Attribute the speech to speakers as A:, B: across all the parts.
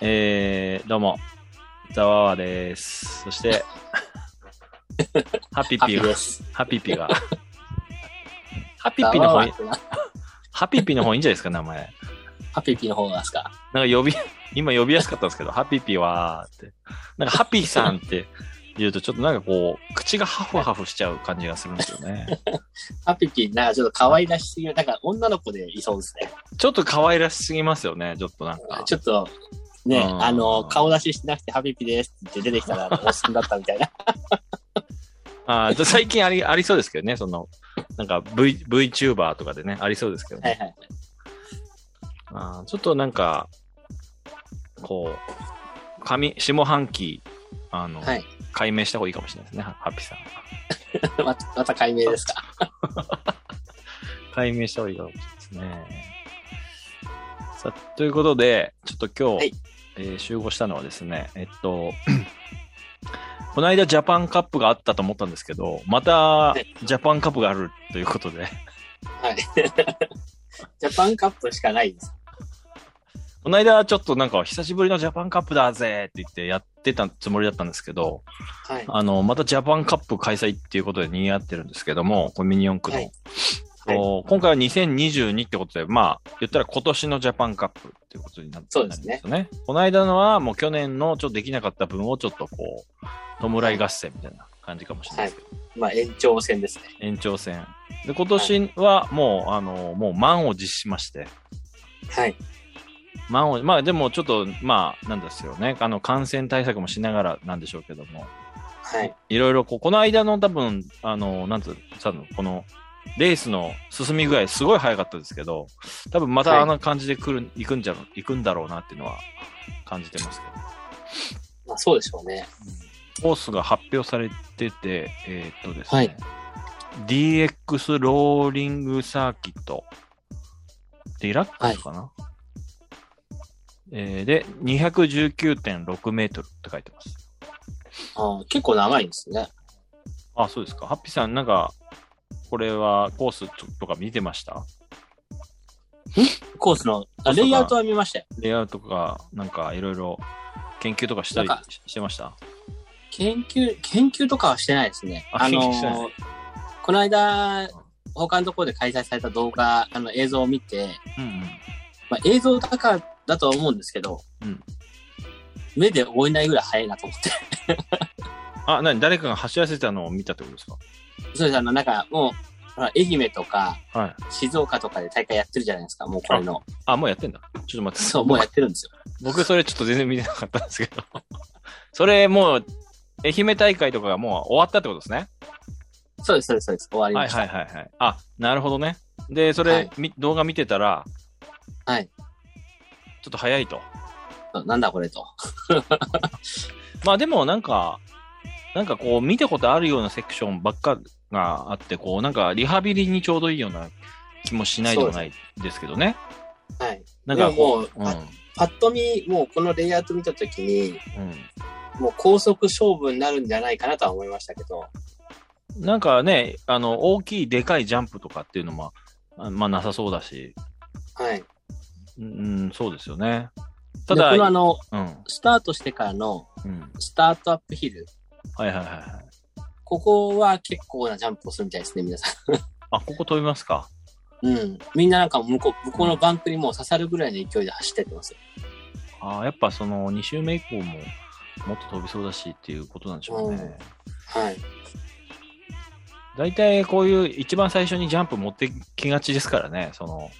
A: えー、どうも、ザワワです。そして、ハピピ
B: ハッピー
A: が
B: で、す。
A: ハピピが、ハピ
B: ピ
A: ピの方いい、
B: な。
A: ハピピの方いいんじゃないですか、名前。
B: ハッピーピーの方がですか。
A: なんか呼び、今呼びやすかったんですけど、ハピピはーって。なんか、ハピさんって言うと、ちょっとなんかこう、口がハフハフしちゃう感じがするんですよね。
B: ハッピーピー、なんかちょっと可愛らしすぎる。なんか女の子でいそうですね。
A: ちょっと可愛らしすぎますよね、ちょっとなんか。
B: ちょっと、ね、
A: うん
B: あの、顔出ししてなくてハッピーピーですって出て きたら、おっさんだったみたいな。
A: あーちょ最近あり、ありそうですけどね、その、なんか v、VTuber とかでね、ありそうですけどね
B: はい。はい。
A: あーちょっとなんか、こう、上、下半期、あの、
B: はい。
A: 解明した方がいいかもしれないですね、ハハッピーさん。
B: また、また解明ですか。
A: 解明した方がいいかもしれないですね。さあ、ということで、ちょっと今日、
B: はい
A: えー集合したのはですね、えっと、 この間ジャパンカップがあったと思ったんですけど、また
B: い
A: ジャパンカップがあるということで、
B: はい。ジャパンカップしかないです。
A: この間ちょっとなんか久しぶりのジャパンカップだぜって言ってやってたつもりだったんですけど、
B: はい。
A: あの、またジャパンカップ開催っていうことでにぎわってるんですけども、これミニ四駆の。
B: はいはい
A: お今回は2022ってことで、まあ、言ったら今年のジャパンカップっていうことになって
B: そうですね
A: ね。この間のはもう去年のちょっとできなかった分をちょっとこう、弔い合戦みたいな感じかもしれないですけど、
B: まあ、延長戦ですね。
A: 延長戦。で、今年はもう、あの、もう満を持しまして、
B: はい。
A: 満を、まあでもちょっと、まあ、なんですよね。あの、感染対策もしながらなんでしょうけども、
B: はい。
A: いろいろこう、この間の多分、あの、なんつうさの、この、レースの進み具合、すごい早かったですけど、多分ま
B: は
A: た
B: い
A: あの感じで来る、行くんじゃろ、行くんだろうなっていうのは感じてますけど。
B: まあ、そうでしょうね。
A: コースが発表されてて、えーっとですね、
B: はい
A: DX ローリングサーキット、ディラックスかな、えーで、219.6メートルって書いてます。
B: あー結構長いんですね。
A: あ、そうですか。ハッピーさん、なんか、これはコースとか見てました
B: コースの、あレイアウトは見ましたよ。
A: レイアウトとか、なんかいろいろ研究とかしたり
B: なんか
A: ししてました
B: 研究、研究とかはしてないですね。
A: あ
B: あの
A: 研究してな
B: ー、この間、他のところで開催された動画、あの映像を見て、
A: うん
B: まあ、映像だからだとは思うんですけど、
A: うん
B: 目で追えないぐらい速いなと思って。
A: あ、なに誰かが走らせたのを見たってことです
B: そうです、あの、なんかもう、ほら愛媛とか
A: かはい。
B: 静岡とかで大会やってるじゃないですか、もうこれの。
A: あ、もうやってんだ。ちょっと待って。
B: そう、もうやってるんですよ。
A: 僕、それちょっと全然見てなかったんですけど。 それ、もう、愛媛大会とかがもう終わったってことですね。
B: そうです、そうです、そうです。終わり
A: は
B: ま
A: い
B: した。
A: はいはいはい。あ、なるほどね。で、それ、
B: はい
A: み動画見てたら、
B: はい。
A: ちょっと早いと。
B: なんだこれと。
A: まあでもなんか、なんかこう見たことあるようなセクションばっかがあって、こうなんかリハビリにちょうどいいような気もしないでもないですけどね。
B: はい。
A: なんか
B: でももう、
A: うん、う
B: パパッと見、もうこのレイアウト見たときに、
A: ん。
B: もう高速勝負になるんじゃないかなとは思いましたけど、
A: なんかね、あの、大きいでかいジャンプとかっていうのも、あまあなさそうだし、
B: はい。
A: うん、うんそうですよね。た
B: た
A: だ、
B: だ、このあ
A: うん、
B: の、
A: うん。
B: スタートしてからの、スタートアップヒル、
A: はいはいはいはい。
B: ここは結構なジャンプをするみたいですね、皆さ
A: あ、ここ飛びますか。
B: ん。 うん。みんななんか向こう、向こうのバンクにもう刺さるぐらいの勢いで走ってってますよ。
A: あーやっぱその2周目以降ももっと飛びそうだしっていうことなんでしょうね。
B: うんはい。
A: 大体こういう一番最初にジャンプ持ってきがちですからね、そ の、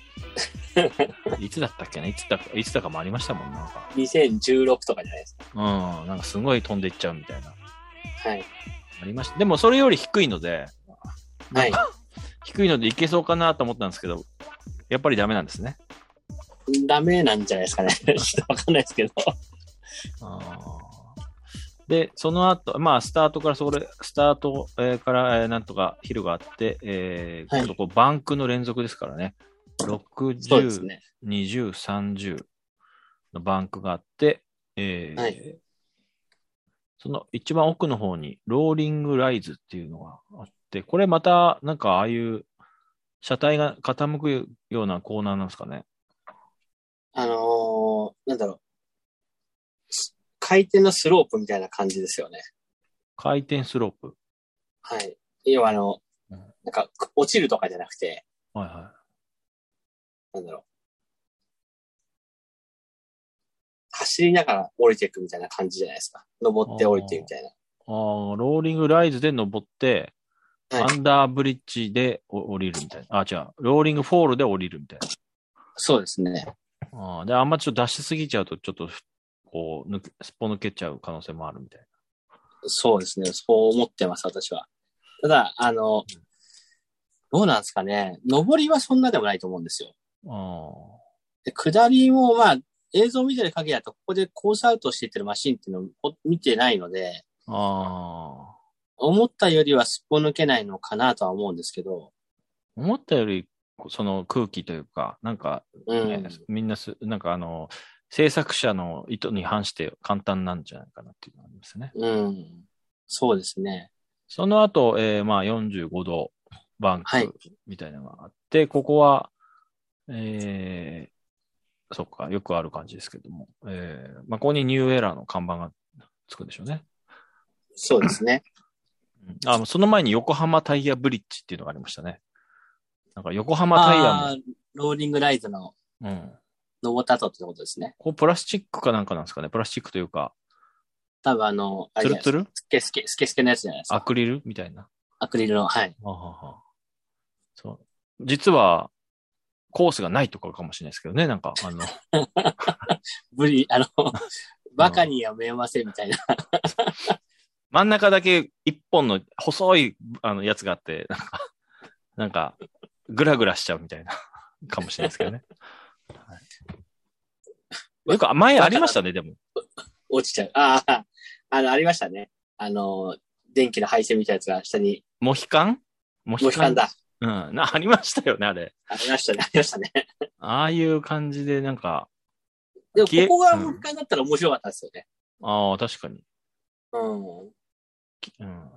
A: いつだったっけね、いつだか、いつだかもありましたもん、なんか。
B: 2016とかじゃないですか。
A: うん、なんかすごい飛んでいっちゃうみたいな。
B: はい。
A: ありました。でもそれより低いので、
B: はい。
A: 低いのでいけそうかなと思ったんですけど、やっぱりダメなんですね。
B: ダメなんじゃないですかね。 ちょっとわかんないですけど。
A: で、その後、まあ、スタートから、それ、スタートえーから、えーなんとかヒルがあって、えー
B: はい
A: 今度こうバンクの連続ですからね。60、
B: そうですね。
A: 20、30のバンクがあって、えー
B: はい
A: その一番奥の方にローリングライズっていうのがあって、これまたなんかああいう車体が傾くようなコーナーなんですかね。
B: あのー、なんだろう。回転のスロープみたいな感じですよね。
A: 回転スロープ。
B: はい。要はあの、
A: うん
B: なんか、落ちるとかじゃなくて、
A: はいは
B: なんだろう。走りながら降りていくみたいな感じじゃないですか。登って降りてみたいな。
A: い。あーローリングライズで登って、
B: はい
A: アンダーブリッジでお降りるみたいな。あ、違う。ローリングフォールで降りるみたいな。
B: そうですね。
A: あーで、あんまちょっと出しすぎちゃうと、ちょっとふ、こう、抜け、すっぽ抜けちゃう可能性もあるみたい
B: そうですね。そう思ってます、私は。ただ、あの、どうなんですかね。上りはそんなでもないと思うんですよ。
A: な。あ
B: で下りも、まあ、映像を見てる限りだと、ここでコースアウトしていってるマシンっていうのをお見てないので、
A: あ。ああ。
B: 思ったよりはすっぽ抜けないのかなとは思うんですけど、
A: 思ったより、その空気というか、なんか、
B: うん。
A: ねみんなす、なんかあの、制作者の意図に反して簡単なんじゃないかなっていうのがありますね。
B: うん。そうですね。
A: その後、えーまあ45度バン
B: はい
A: クみたいなのがあって、ここは、えー、そっか、よくある感じですけども、えー、まあここにニューエラーの看板がつくでしょうね。
B: そうですね。
A: うんあその前に横浜タイヤブリッジっていうのがありましたね。なんか横浜タイ
B: あ
A: ヤ
B: ーローリングライズの
A: も、うん。
B: 登った後ってことですね。
A: こうプラスチックかなんかなんですかね。プラスチックというか、
B: 多分あの、あ
A: ツ
B: れじゃ
A: ル
B: ないです
A: ツ
B: か。
A: ル
B: スケスケ、スケスケのやつじゃないです
A: ア
B: か。
A: クリルみたいな。
B: アクリルの、はい。
A: はははそう。実は、コースがないとかかもしれないですけどね。なんか、 あの、
B: ブリ、 あの、バカには見えませんみたいな。
A: 真ん中だけ一本の細い、あの、やつがあって、なんか、なんか、グラグラしちゃうみたいな、かもしれないですけどね。はい、よく、前ありましたね、でも。
B: 落ちちゃう。ああ、あの、ありましたね。あの、電気の配線みたいなやつが下に、
A: モヒカンモ
B: もう引かんだ。
A: うん。なありましたよね、あれ。
B: ありましたね、ありまし たね。
A: ああいう感じで、なんか、
B: でも、
A: 消え
B: ここが
A: うん
B: もう一回だったら面白かったですよね。
A: ああ、確かに。
B: うん。
A: うん。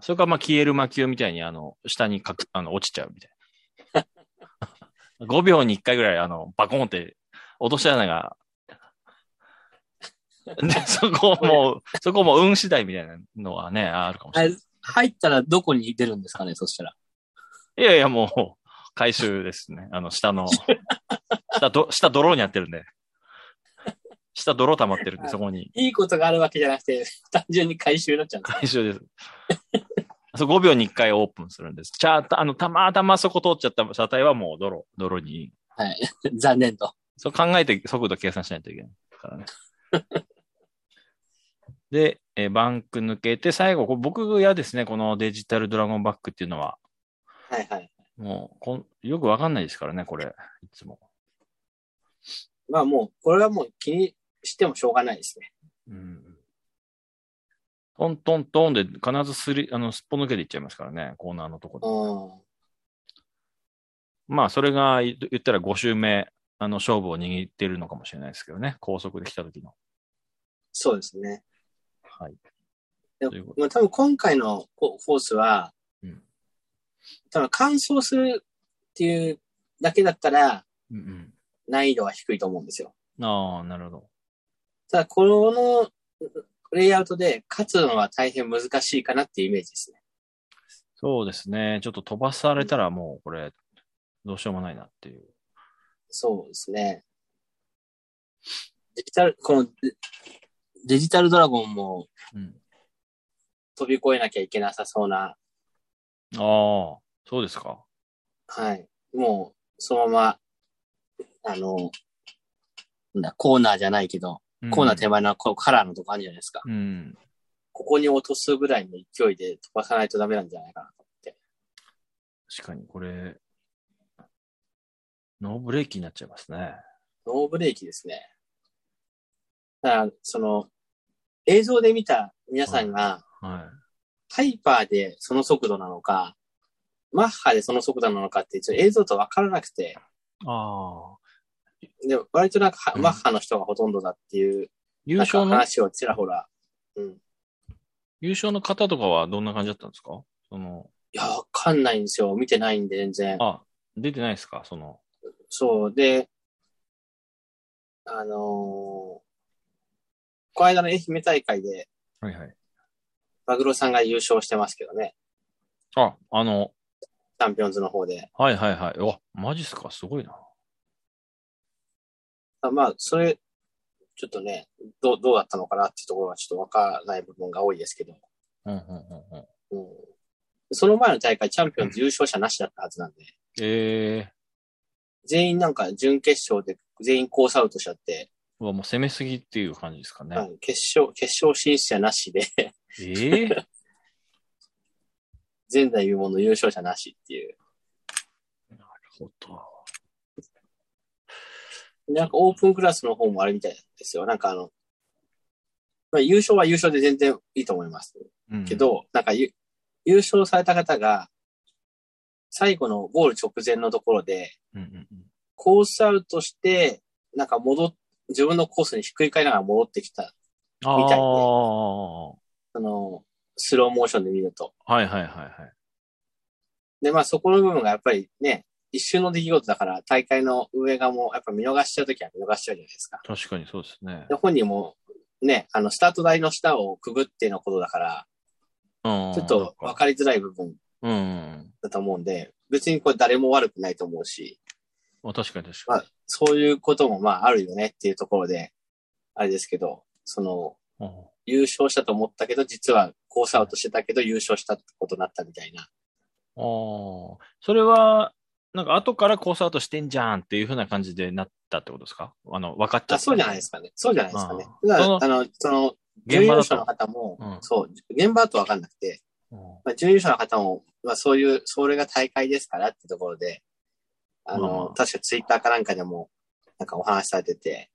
A: それから、まあ、消える魔球みたいに、あの、下にかく、あの、落ちちゃうみたいな。5秒に1回ぐらい、あの、バコンって、落とし穴が、で、そこも、そこも運次第みたいなのはね、あるかもしれ
B: あれ、入ったらどこに出るんですかね、そしたら。
A: ない。いやいや、もう、回収ですね。あの、下の、下、ど、下泥になってるんで。下泥溜まってるんで、そこに
B: いいことがあるわけじゃなくて、単純に回収になっちゃうんです。
A: 回収です。そう5秒に1回オープンするんです。ちゃあ、あの、たまたまそこ通っちゃった車体はもう泥、泥に
B: はい。残念と。
A: そう考えて速度計算しないといけないからね。で、えーバンク抜けて、最後、こ僕が嫌ですね、このデジタルドラゴンバックっていうのは。
B: はいはい。
A: もうこん、よくわかんないですからね、これ、いつも。
B: まあもう、これはもう気にしてもしょうがないですね。
A: うん、トントントンで、必ずすり、あの、すっぽ抜けていっちゃいますからね、コーナーのとこで。
B: うん。
A: まあ、それが言言ったら5周目、あの、勝負を握ってるのかもしれないですけどね、高速で来た時の。
B: そうですね。
A: はい。
B: で
A: ということ
B: もう多分今回のココースは、
A: うん
B: 多分乾燥するっていうだけだったら
A: うん
B: 難易度は低いと思うんですよ。
A: うん。ああ、なるほど。
B: ただ、このレイアウトで勝つのは大変難しいかなっていうイメージですね。
A: そうですね。ちょっと飛ばされたらもうこれ、どうしようもないなっていう。
B: そうですね。デジタル、このデデジタルドラゴンも
A: うん、
B: 飛び越えなきゃいけなさそうな、
A: ああ、そうですか。
B: はい。もう、そのまま、あの、なんだ、コーナーじゃないけど、
A: うん
B: コーナー手前のこうカラーのとこあるじゃないですか。
A: うん。
B: ここに落とすぐらいの勢いで飛ばさないとダメなんじゃないかなと。
A: 確かにこれ、ノーブレーキになっちゃいますね。
B: ノーブレーキですね。だから、その、映像で見た皆さんが、
A: は
B: ハイパーでその速度なのか、マッハでその速度なのかって、ちょっと映像と分からなくて、
A: い。ああ。
B: で、割となんかは、
A: うん
B: マッハの人がほとんどだっていう、
A: 優
B: なん
A: 勝
B: か
A: の、
B: 話をちらほら。うん。
A: 優勝の方とかはどんな感じだったんですかその、
B: いや、わかんないんですよ。見てないんで、全然。
A: あ、出てないですかその、
B: そう。で、あのーこの間の愛媛大会で、
A: はいはい。
B: マグロさんが優勝してますけどね。
A: あ、あの、
B: チャンピオンズの方で。
A: はいはいはい。うわ、マジっすか、すごいな。
B: あまあ、それ、ちょっとね、どう、どうだったのかなっていうところはちょっとわからない部分が多いですけど。
A: うんうんうんうん。
B: うん。その前の大会、チャンピオンズ優勝者なしだったはずなんで、
A: ええ
B: 全員なんか準決勝で全員コースアウトしちゃって、
A: ー、うわ、もう攻めすぎっていう感じですかね。
B: うん決勝、決勝進出者なしで、
A: ええー、
B: 前代未聞の優勝者なしっていう。
A: ほんと
B: なんかオープンクラスの方もあれみたいなんですよ。なんかあの、まあ、優勝は優勝で全然いいと思います。
A: うん
B: け、ど、なんかゆ優勝された方が、最後のゴール直前のところで、
A: うんうんうん、
B: コースアウトして、なんか戻っ、自分のコースにひっくり返りながら戻ってきた、
A: あ
B: みたい
A: あ、
B: であの、スローモーションで見ると。
A: はいはいはいはい。
B: で、まあそこの部分がやっぱりね、一瞬の出来事だから、大会の上がもうやっぱ見逃しちゃうときは見逃しちゃうじゃないですか。
A: 確かにそうですね
B: で、。本人も、ね、あの、スタート台の下をくぐってのことだから、
A: うん
B: ちょっと分かりづらい部分
A: うんうん
B: だと思うんで、別にこれ誰も悪くないと思うし、
A: うん。あ確かに確
B: ま
A: か
B: あ、そういうこともまああるよねっていうところで、あれですけど、その、
A: に。
B: 優勝したと思ったけど、実はコースアウトしてたけど、優勝したってことになったみたいな。
A: ああ。それは、なんか後からコースアウトしてんじゃんっていう風な感じでなったってことですかあの、分かっちゃった。
B: あそうじゃないですかね。そうじゃないですかね
A: あ。あ
B: だから
A: その
B: あの、その、準
A: 現
B: 優
A: 場だ
B: 勝の
A: と。
B: 方も、
A: うん
B: そう、現場だと分かんなくて、
A: うん
B: まあ、準優勝の方も、まあ、そういう、それが大会ですからってところで、あの、
A: まあまあ
B: 確かツイッターかなんかでも、なんかお話しされてて、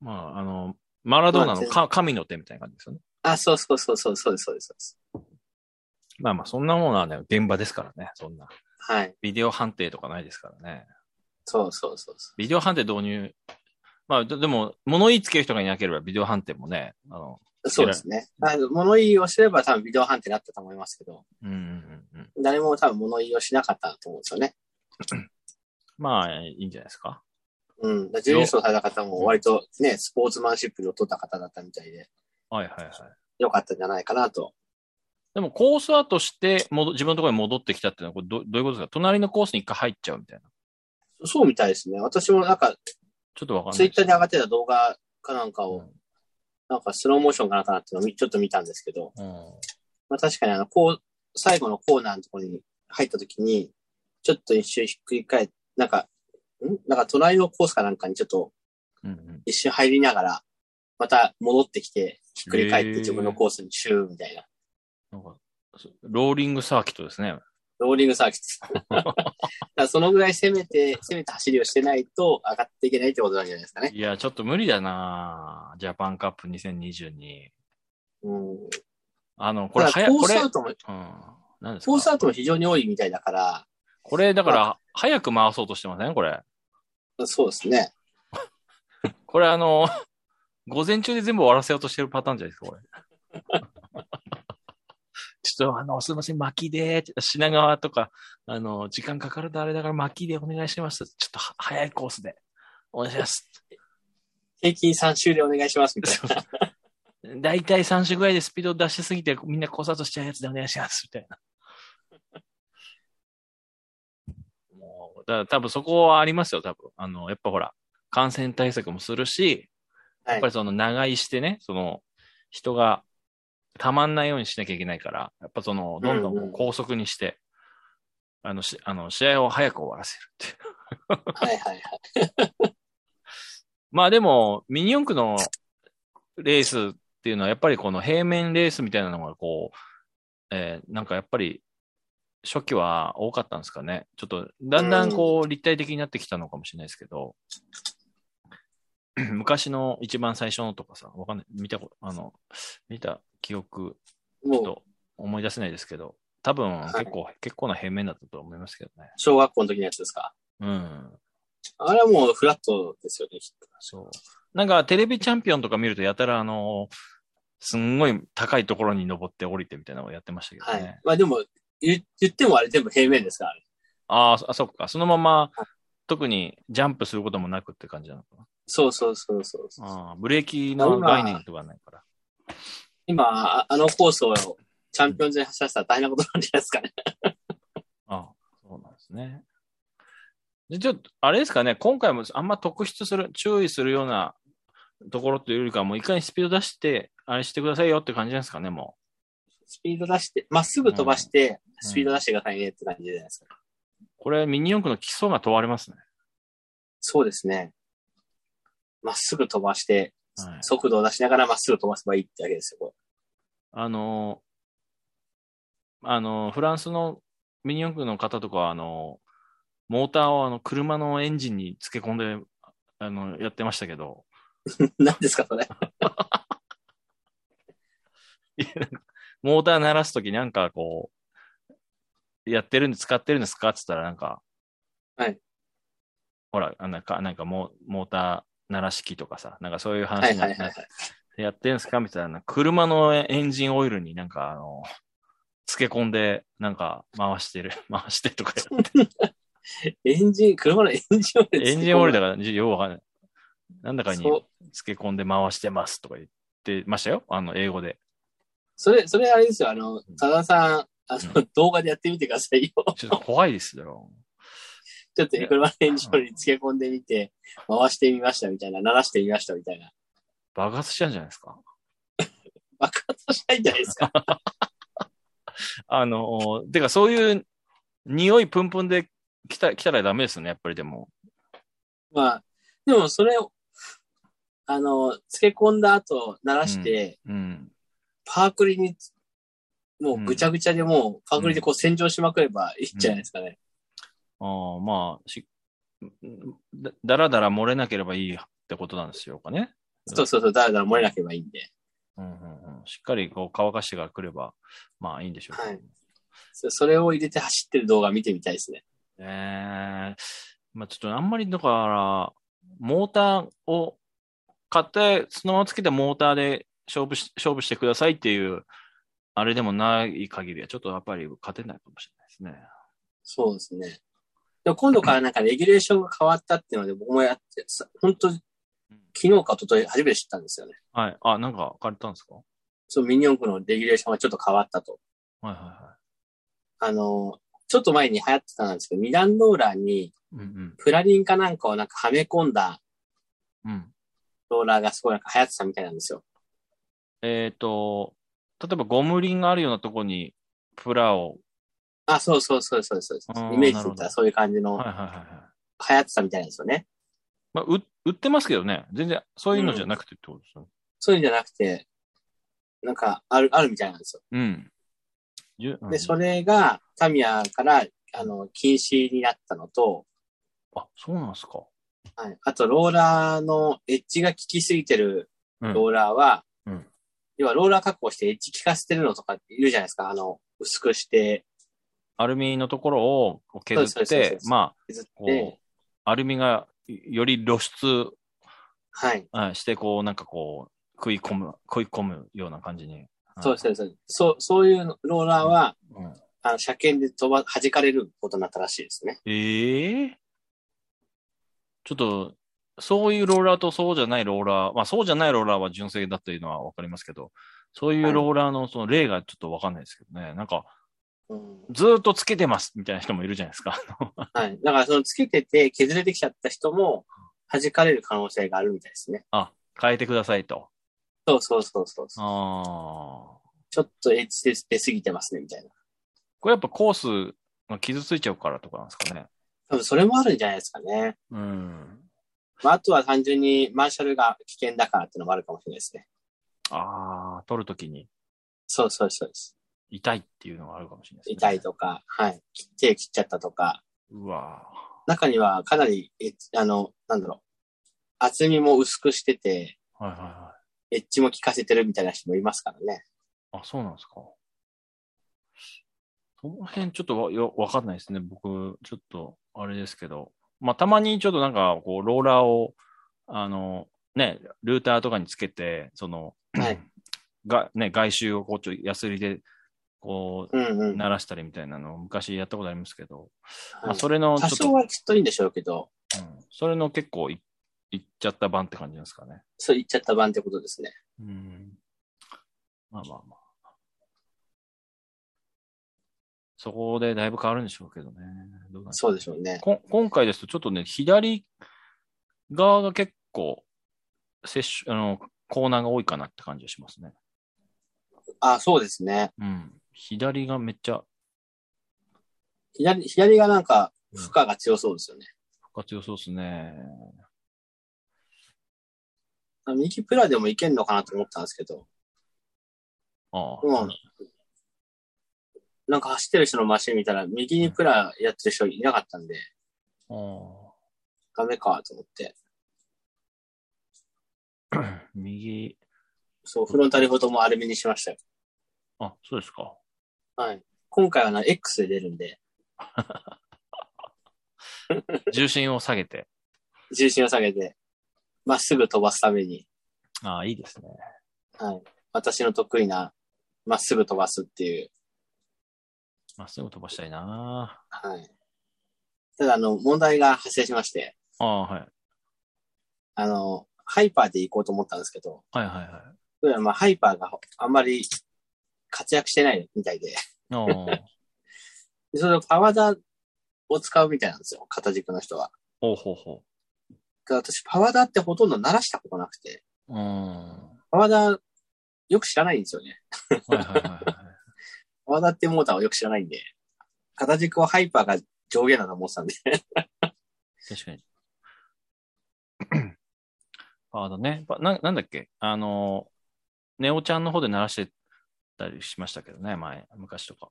A: まあ、あの、マラドーナ
B: ま
A: の
B: あ全
A: か神の手みたいな感じですよね。
B: あ、そうそうそうそう、そうです、そうです、そうです。
A: まあまあ、そんなものはね、現場ですからね。そんな。
B: はい。
A: ビデオ判定とかないですからね。
B: そうそうそうそ
A: ビデオ判定導入。まあ、ででも、物言いつける人がいなければビデオ判定もね、あの、
B: う。そうですね。あの物言いをすれば多分ビデオ判定になったと思いますけど、
A: うんうんうんうん。
B: 誰も多分物言いをしなかったと思うんですよね。
A: まあ、いいんじゃないですか。
B: うん。だから準優勝された方も割とね、スポーツマンシップで取った方だったみたいで、
A: はいはいはい。
B: 良かったんじゃないかなと。
A: でもコースアウトして戻、自分のところに戻ってきたっていうのはこれど、どういうことですか隣のコースに一回入っちゃうみたいな。
B: そうみたいですね。私もなんか、
A: ちょっとわかんない。
B: ツイッターに上がってた動画かなんか
A: う
B: を
A: ん、
B: なんかスローモーションかなんかなっていうのをみちょっと見たんですけど、
A: うん
B: まあ確かにあの、こう、最後のコーナーのところに入った時に、ちょっと一瞬ひっくり返って、なんか、んなんか隣のコースかなんかにちょっと
A: うんうん。
B: 一瞬入りながら、また戻ってきて、ひっくり返って
A: へー
B: 自分のコースにシューみたいな。
A: なんか、そローリングサーキットですね。
B: ローリングサーキット。だからそのぐらい攻めて、攻めた走りをしてないと上がっていけないってことなんじゃないですかね。
A: いや、ちょっと無理だなジャパンカップ2022。
B: うん。
A: あの、こ
B: こ
A: れ、
B: れ
A: 早
B: コー
A: こ
B: ス
A: れ、
B: アウトも、
A: うん。何です
B: コースア
A: か
B: ウトも非常に多いみたいだから、
A: これ、だから、早く回そうとしてませんこれ。
B: そうですね。
A: これ、あの、 午前中で全部終わらせようとしてるパターンじゃないですか、これ。 ちょっと、あの、すいません、巻きで、品川とか、あの、時間かかるとあれだから巻きでお願いします。ちょっとは、早いコースで。お願いします。
B: 平均3周でお願いしますみたいな。
A: だいたい3種ぐらいでスピード出しすぎて、みんな考察しちゃうやつでお願いします、みたいな。 もう、だから多分そこはありますよ、多分。あの、やっぱほら、感染対策もするし、
B: はい
A: やっぱりその長居してね、その、人がたまんないようにしなきゃいけないから、やっぱその、どんどんこ
B: う
A: うん
B: うん
A: 高速にして、あの、し、あの、試合を早く終わらせるっていう。
B: はいはいはい。
A: まあでも、ミニ四駆のレースっていうのは、やっぱりこの平面レースみたいなのが、こう、えーなんかやっぱり、初期は多かったんですかね。ちょっと、だんだんこう、立体的になってきたのかもしれないですけど、 昔の一番最初のとかさ、わかんない、見たこと、あの、見た記憶、ちょっ
B: もう、
A: と思い出せないですけど、多分
B: い
A: 結構、結構な平面だったと思いますけどね。
B: 小学校の時のやつですか。
A: うん。
B: あれはもうフラットですよね、きっと。
A: そう。なんかテレビチャンピオンとか見るとやたらあの、すんごい高いところに登って降りてみたいなのをやってましたけど
B: は
A: ね。
B: い。まあでも、言言ってもあれ全部平面ですから、ね、
A: あーそあ、そっか。そのまま、特にジャンプすることもなくって感じなのか
B: そうそうそうそうそう。
A: な。あーブレーキの概念とかないから。
B: 今、ああのコースをチャンピオンズで走らせたら大変なことなんじゃないですかね。
A: あそうなんですね。で、ちょっと、あれですかね、今回もあんま特筆する、注意するようなところというよりかは、もういかにスピード出して、あれしてくださいよって感じなんですかね、も
B: スピード出して、まっすぐ飛ばして、スピード出してくださいねって感じじゃないですか。
A: う。これ、ミニ四駆の基礎が問われますね。
B: そうですね。まっすぐ飛ばして、
A: はい、
B: 速度を出しながらまっすぐ飛ばせばいいってわけですよ、こ
A: あのー、あのー、フランスのミニ四駆の方とかは、あのー、モーターをあの車のエンジンにつけ込んで、あの、やってましたけど、
B: れ。 何ですか、それ。
A: いやなんかモーター鳴らすときなんかこう、やってるんで、使ってるんですかって言ったらなんか、
B: はい。
A: ほら、あなんか、なんかモモーター鳴らし機とかさ、なんかそういう
B: は
A: 話
B: い
A: に
B: は
A: なっ
B: い
A: て、
B: はいはい。
A: やってるんですかみたいな、車のエンジンオイルになんかあの、つけ込んで、なんか回してる、 回してとかやって
B: エンジン、車のエンジンオイル
A: エンジンオイルだか
B: か
A: ら、ようわかんない。なんだかに
B: そう
A: つけ込んで回してますとか言ってましたよ。あの、英語で。
B: それ、それあれですよ、あの、多田さん、あ
A: う
B: の、動画でやってみてくださいよ。
A: ちょっと怖いですよ。
B: ちょっと車のエンジンオイルにつけ込んでみて、回してみましたみたいな、鳴らしてみましたみたいな。
A: 爆発しちゃうんじゃないですか。
B: 爆発しないんじゃないで すか。
A: あの、てかそういう匂いプンプンで来た来たらダメですよね、やっぱりでも。
B: まあ、でもそれを、あの、つけ込んだ後、鳴らして、
A: うん。
B: パークリに、もうぐちゃぐちゃでもう、パークリでこう洗浄しまくればいいんじゃないですかね。
A: ああまあし、だだらだら漏れなければいいってことなんですよかね。うん
B: そうそうそう、だらだら漏れなければいいんで。
A: うんうんうん、しっかりこう乾かしてから来れば、まあいいんでしょうけど
B: はいそそれを入れて走ってる動画見てみたいですね。
A: ねえまあちょっとあんまりだから、モーターを買って、そのままつけてモーターで勝負し、勝負してくださいっていう、あれでもない限りは、ちょっとやっぱり勝てないかもしれないですね。
B: そうですね。でも今度からなんかレギュレーションが変わったっていうので、僕もやって、さ本当昨日か一昨日初めて知ったんですよね。
A: はい。あ、なんか借りたんですかは
B: そのミニ四駆のレギュレーションがちょっと変わったと。
A: いはいは
B: あの、ちょっと前に流行ってたんですけど、二段ローラーに
A: い。うん
B: プラリンかなんかをなんかはめ込んだ
A: うん。うん。
B: ローラーがすごいなんか流行ってたみたいなんですよ。
A: えっ、と、例えばゴム輪があるようなとこに、プラを。
B: あ、そうそうそうそうそうそう
A: あー
B: イメージで言ったらそういう感じの
A: はいはい
B: 流
A: はいはい。
B: 行ってたみたいなんですよね。
A: まあ、売売ってますけどね。全然、そういうのじゃなくてってことですよね。
B: そういうんじゃなくて、なんかある、あるみたいなんですよ。
A: うん。じゅうん
B: で、それがタミヤから、あの、禁止になったのと、
A: あ、そうなんですか。
B: はい、あとローラーのエッジが効きすぎてる
A: うん
B: ローラーは、
A: うん
B: 要はローラー加工してエッジ効かせてるのとかいるじゃないですか。あの、薄くして、
A: アルミのところをこう削
B: そう
A: っ
B: そうそうそ
A: て
B: う、
A: まあ、
B: 削っ
A: こう、
B: て、
A: アルミがより露出
B: はい。
A: うんして、こう、なんかこう、食い込む、食い込むような感じに。うん
B: そうです、そうです。そう、そういうのローラーは、
A: うん
B: あの、車検で飛ば、弾かれることになったらしいですね。
A: ええちょっと、そういうローラーとそうじゃないローラー、まあそうじゃないローラーは純正だというのはわかりますけど、そういうローラーのその例がちょっとわかんないですけどね。なんか、
B: うん。
A: ずーっとつけてますみたいな人もいるじゃないですか。
B: はい。だから、その、つけてて、削れてきちゃった人も、弾かれる可能性があるみたいですね。
A: あ、変えてくださいと。
B: そうそうそうそうそう。
A: ああ。
B: ちょっとエッジで出すぎてますね、みたいな。
A: これやっぱコースが傷ついちゃうからとかなんですかね。
B: 多分、それもあるんじゃないですかね。
A: うん。
B: まあ、あとは単純に、マーシャルが危険だからってのもあるかもしれないですね。
A: ああ、取るときに
B: そうそうそうです。
A: 痛いっていうのがあるかもしれないです、ね。
B: 痛い。とか、はい。手切っちゃったとか、
A: うわ
B: 中にはかなり、エッジあの、なんだろう。厚みも薄くしてて、
A: ーはいはいは
B: エッジも効かせてるみたいな人もいますからね。
A: い。あ、そうなんですか。その辺ちょっとわよわかんないですね。僕、ちょっと、あれですけど。まあ、たまにちょっとなんか、こう、ローラーを、あの、ね、ルーターとかにつけて、その、
B: はい
A: が、ね、外周をこう、ちょ、ヤスリで、こ
B: うんう
A: う、
B: ん。
A: 鳴らしたりみたいなのを昔やったことありますけど、ま
B: は
A: あ、
B: い
A: それの、ちょ
B: 多
A: っと
B: 少はきっといいんでしょうけど、
A: うんそれの結構いいっちゃった版って感じなんですかね。
B: そう言っちゃった版ってことですね。
A: うん。まあまあまあ。そこでだいぶ変わるんでしょうけどね。どうなん
B: そうでしょうね。
A: こん今回ですと、ちょっとね、左側が結構、接種、あの、コーナーが多いかなって感じがしますね。
B: あ、そうですね。
A: うん。左がめっちゃ
B: 左、左がなんか、負荷が強そうですよね。
A: 活用そうですね。
B: 右プラでもいけんのかなと思ったんですけど、
A: ああ。
B: うんなんか走ってる人のマシン見たら、右にプラやってる人いなかったんで、
A: あ
B: ダメかと思って。
A: あ右。
B: そう、フロンタルフォトもアルミにしましたよ。
A: あ、そうですか。
B: はい。今回はな、X で出るんで、
A: 重心を下げて。
B: 重心を下げて、まっすぐ飛ばすために、
A: ああ、いいですね。
B: 私の得意な、まっすぐ飛ばすっていう。
A: まっすぐ飛ばしたいな。
B: はい。ただ、あの、問題が発生しまして、
A: ああ、はい。
B: あの、ハイパーで行こうと思ったんですけど、
A: はいはいはい。
B: どうやらまあ、ハイパーがあんまり活躍してないみたいで、
A: ああ
B: でそのパワーダを使うみたいなんですよ、肩軸の人は。
A: ほうほうほ
B: ただ私、パワーダってほとんど鳴らしたことなくて、
A: う。うん。は
B: パワーダよく知らないんですよね。
A: いはいはいはい。
B: パワーダってモーターをよく知らないんで、肩軸はハイパーが上下だと思ってたんで、
A: 確かに。 あだね。ばな、なんだっけあの、ネオちゃんの方で鳴らしてたりしましたけどね、前、昔とか。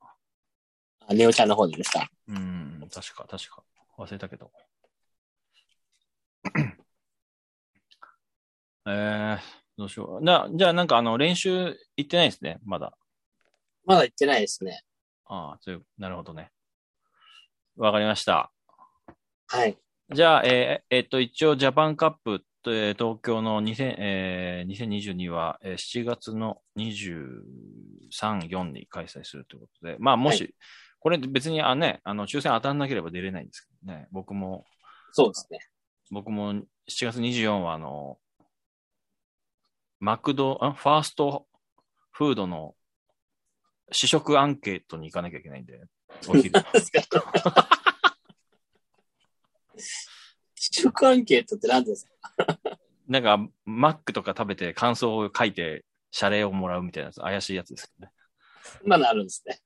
B: あネオちゃんの方でですか。
A: うん、確か、確か。忘れたけど。 えー、どうしよう。じゃあ、じゃあなんかあの、練習行ってないですね、まだ。
B: まだ行ってないですね。
A: ああ、という、なるほどね。わかりました。
B: はい。
A: じゃあ、えーえっと、一応、ジャパンカップ、えー東京の2000、えー、2022は、えー7月の23、4に開催するということで、まあ、もし、
B: は
A: これ別にあ、ね、あの抽選当たんなければ出れないんですけどね、僕も、
B: そうですね。
A: 僕も7月24は、あの、マクド、あファーストフードの試食アンケートに行かなきゃいけないんで、お昼。
B: 試食アンケートって何ですか
A: なんか、マックとか食べて感想を書いて、謝礼をもらうみたいなやつ、怪しいやつですけどね。
B: そんなのあるんですね。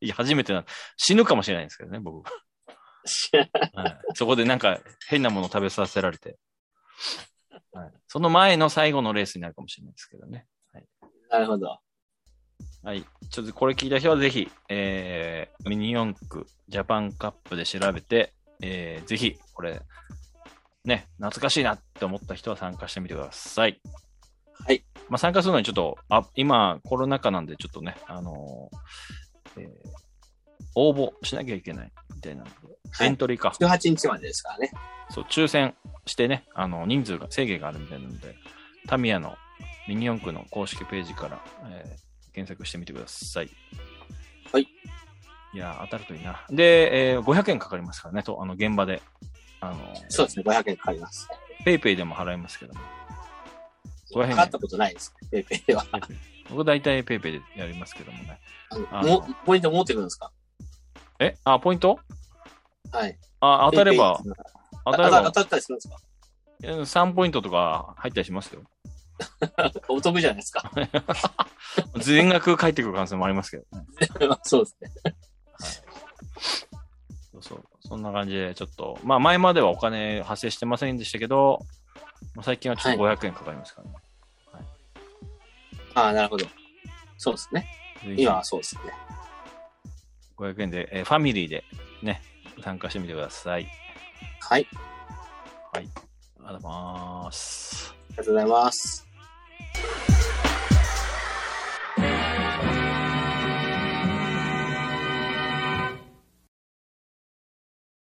A: いや、初めてな、死ぬかもしれないんですけどね、僕。はい、そこでなんか、変なもの食べさせられて、はい。その前の最後のレースになるかもしれないですけどね。
B: なるほど。
A: はい。ちょっとこれ聞いた人はぜひ、えー、ミニ四駆ジャパンカップで調べて、えー、ぜひ、これ、ね、懐かしいなって思った人は参加してみてください。
B: はい。
A: まあ、参加するのにちょっと、あ、今、コロナ禍なんで、ちょっとね、あのーえー応募しなきゃいけないみたいなので、
B: はい
A: エントリーか。
B: 18日までですからね。
A: そう、抽選してね、あの、人数が、制限があるみたいなので、タミヤのミニ四駆の公式ページから、えー検索してみてください。
B: はい。
A: いやー、当たるといいな。で、えー500円かかりますからね、と、あの、現場で。あの、
B: そうですね、500円かかります。
A: ペイペイでも払いますけども。500円
B: かかったことないですね、ペイペイでは。
A: 僕大体ペイペイでやりますけどもね。
B: あ
A: あ
B: のもポイント持ってくるんですか
A: えあ、ポイント
B: はい。
A: あ、当たれば
B: ペイ、ペイ
A: 当
B: あ
A: たれ
B: 当
A: ば、
B: たったりするんですか
A: うん3ポイントとか入ったりしますよ。
B: お得じゃないですか。
A: 全額返ってくる可能性もありますけどね。
B: そうですね。
A: そうそう。そんな感じで、ちょっと、まあ前まではお金発生してませんでしたけど、まあ最近はちょっと500円かかりますからね。
B: ああ、なるほど。そうですね。
A: ぜひ
B: 今はそうですね。
A: 500円で、えーファミリーでね、参加してみてください。
B: はい。
A: あ
B: あり
A: りがとうございます。
B: がとうございます。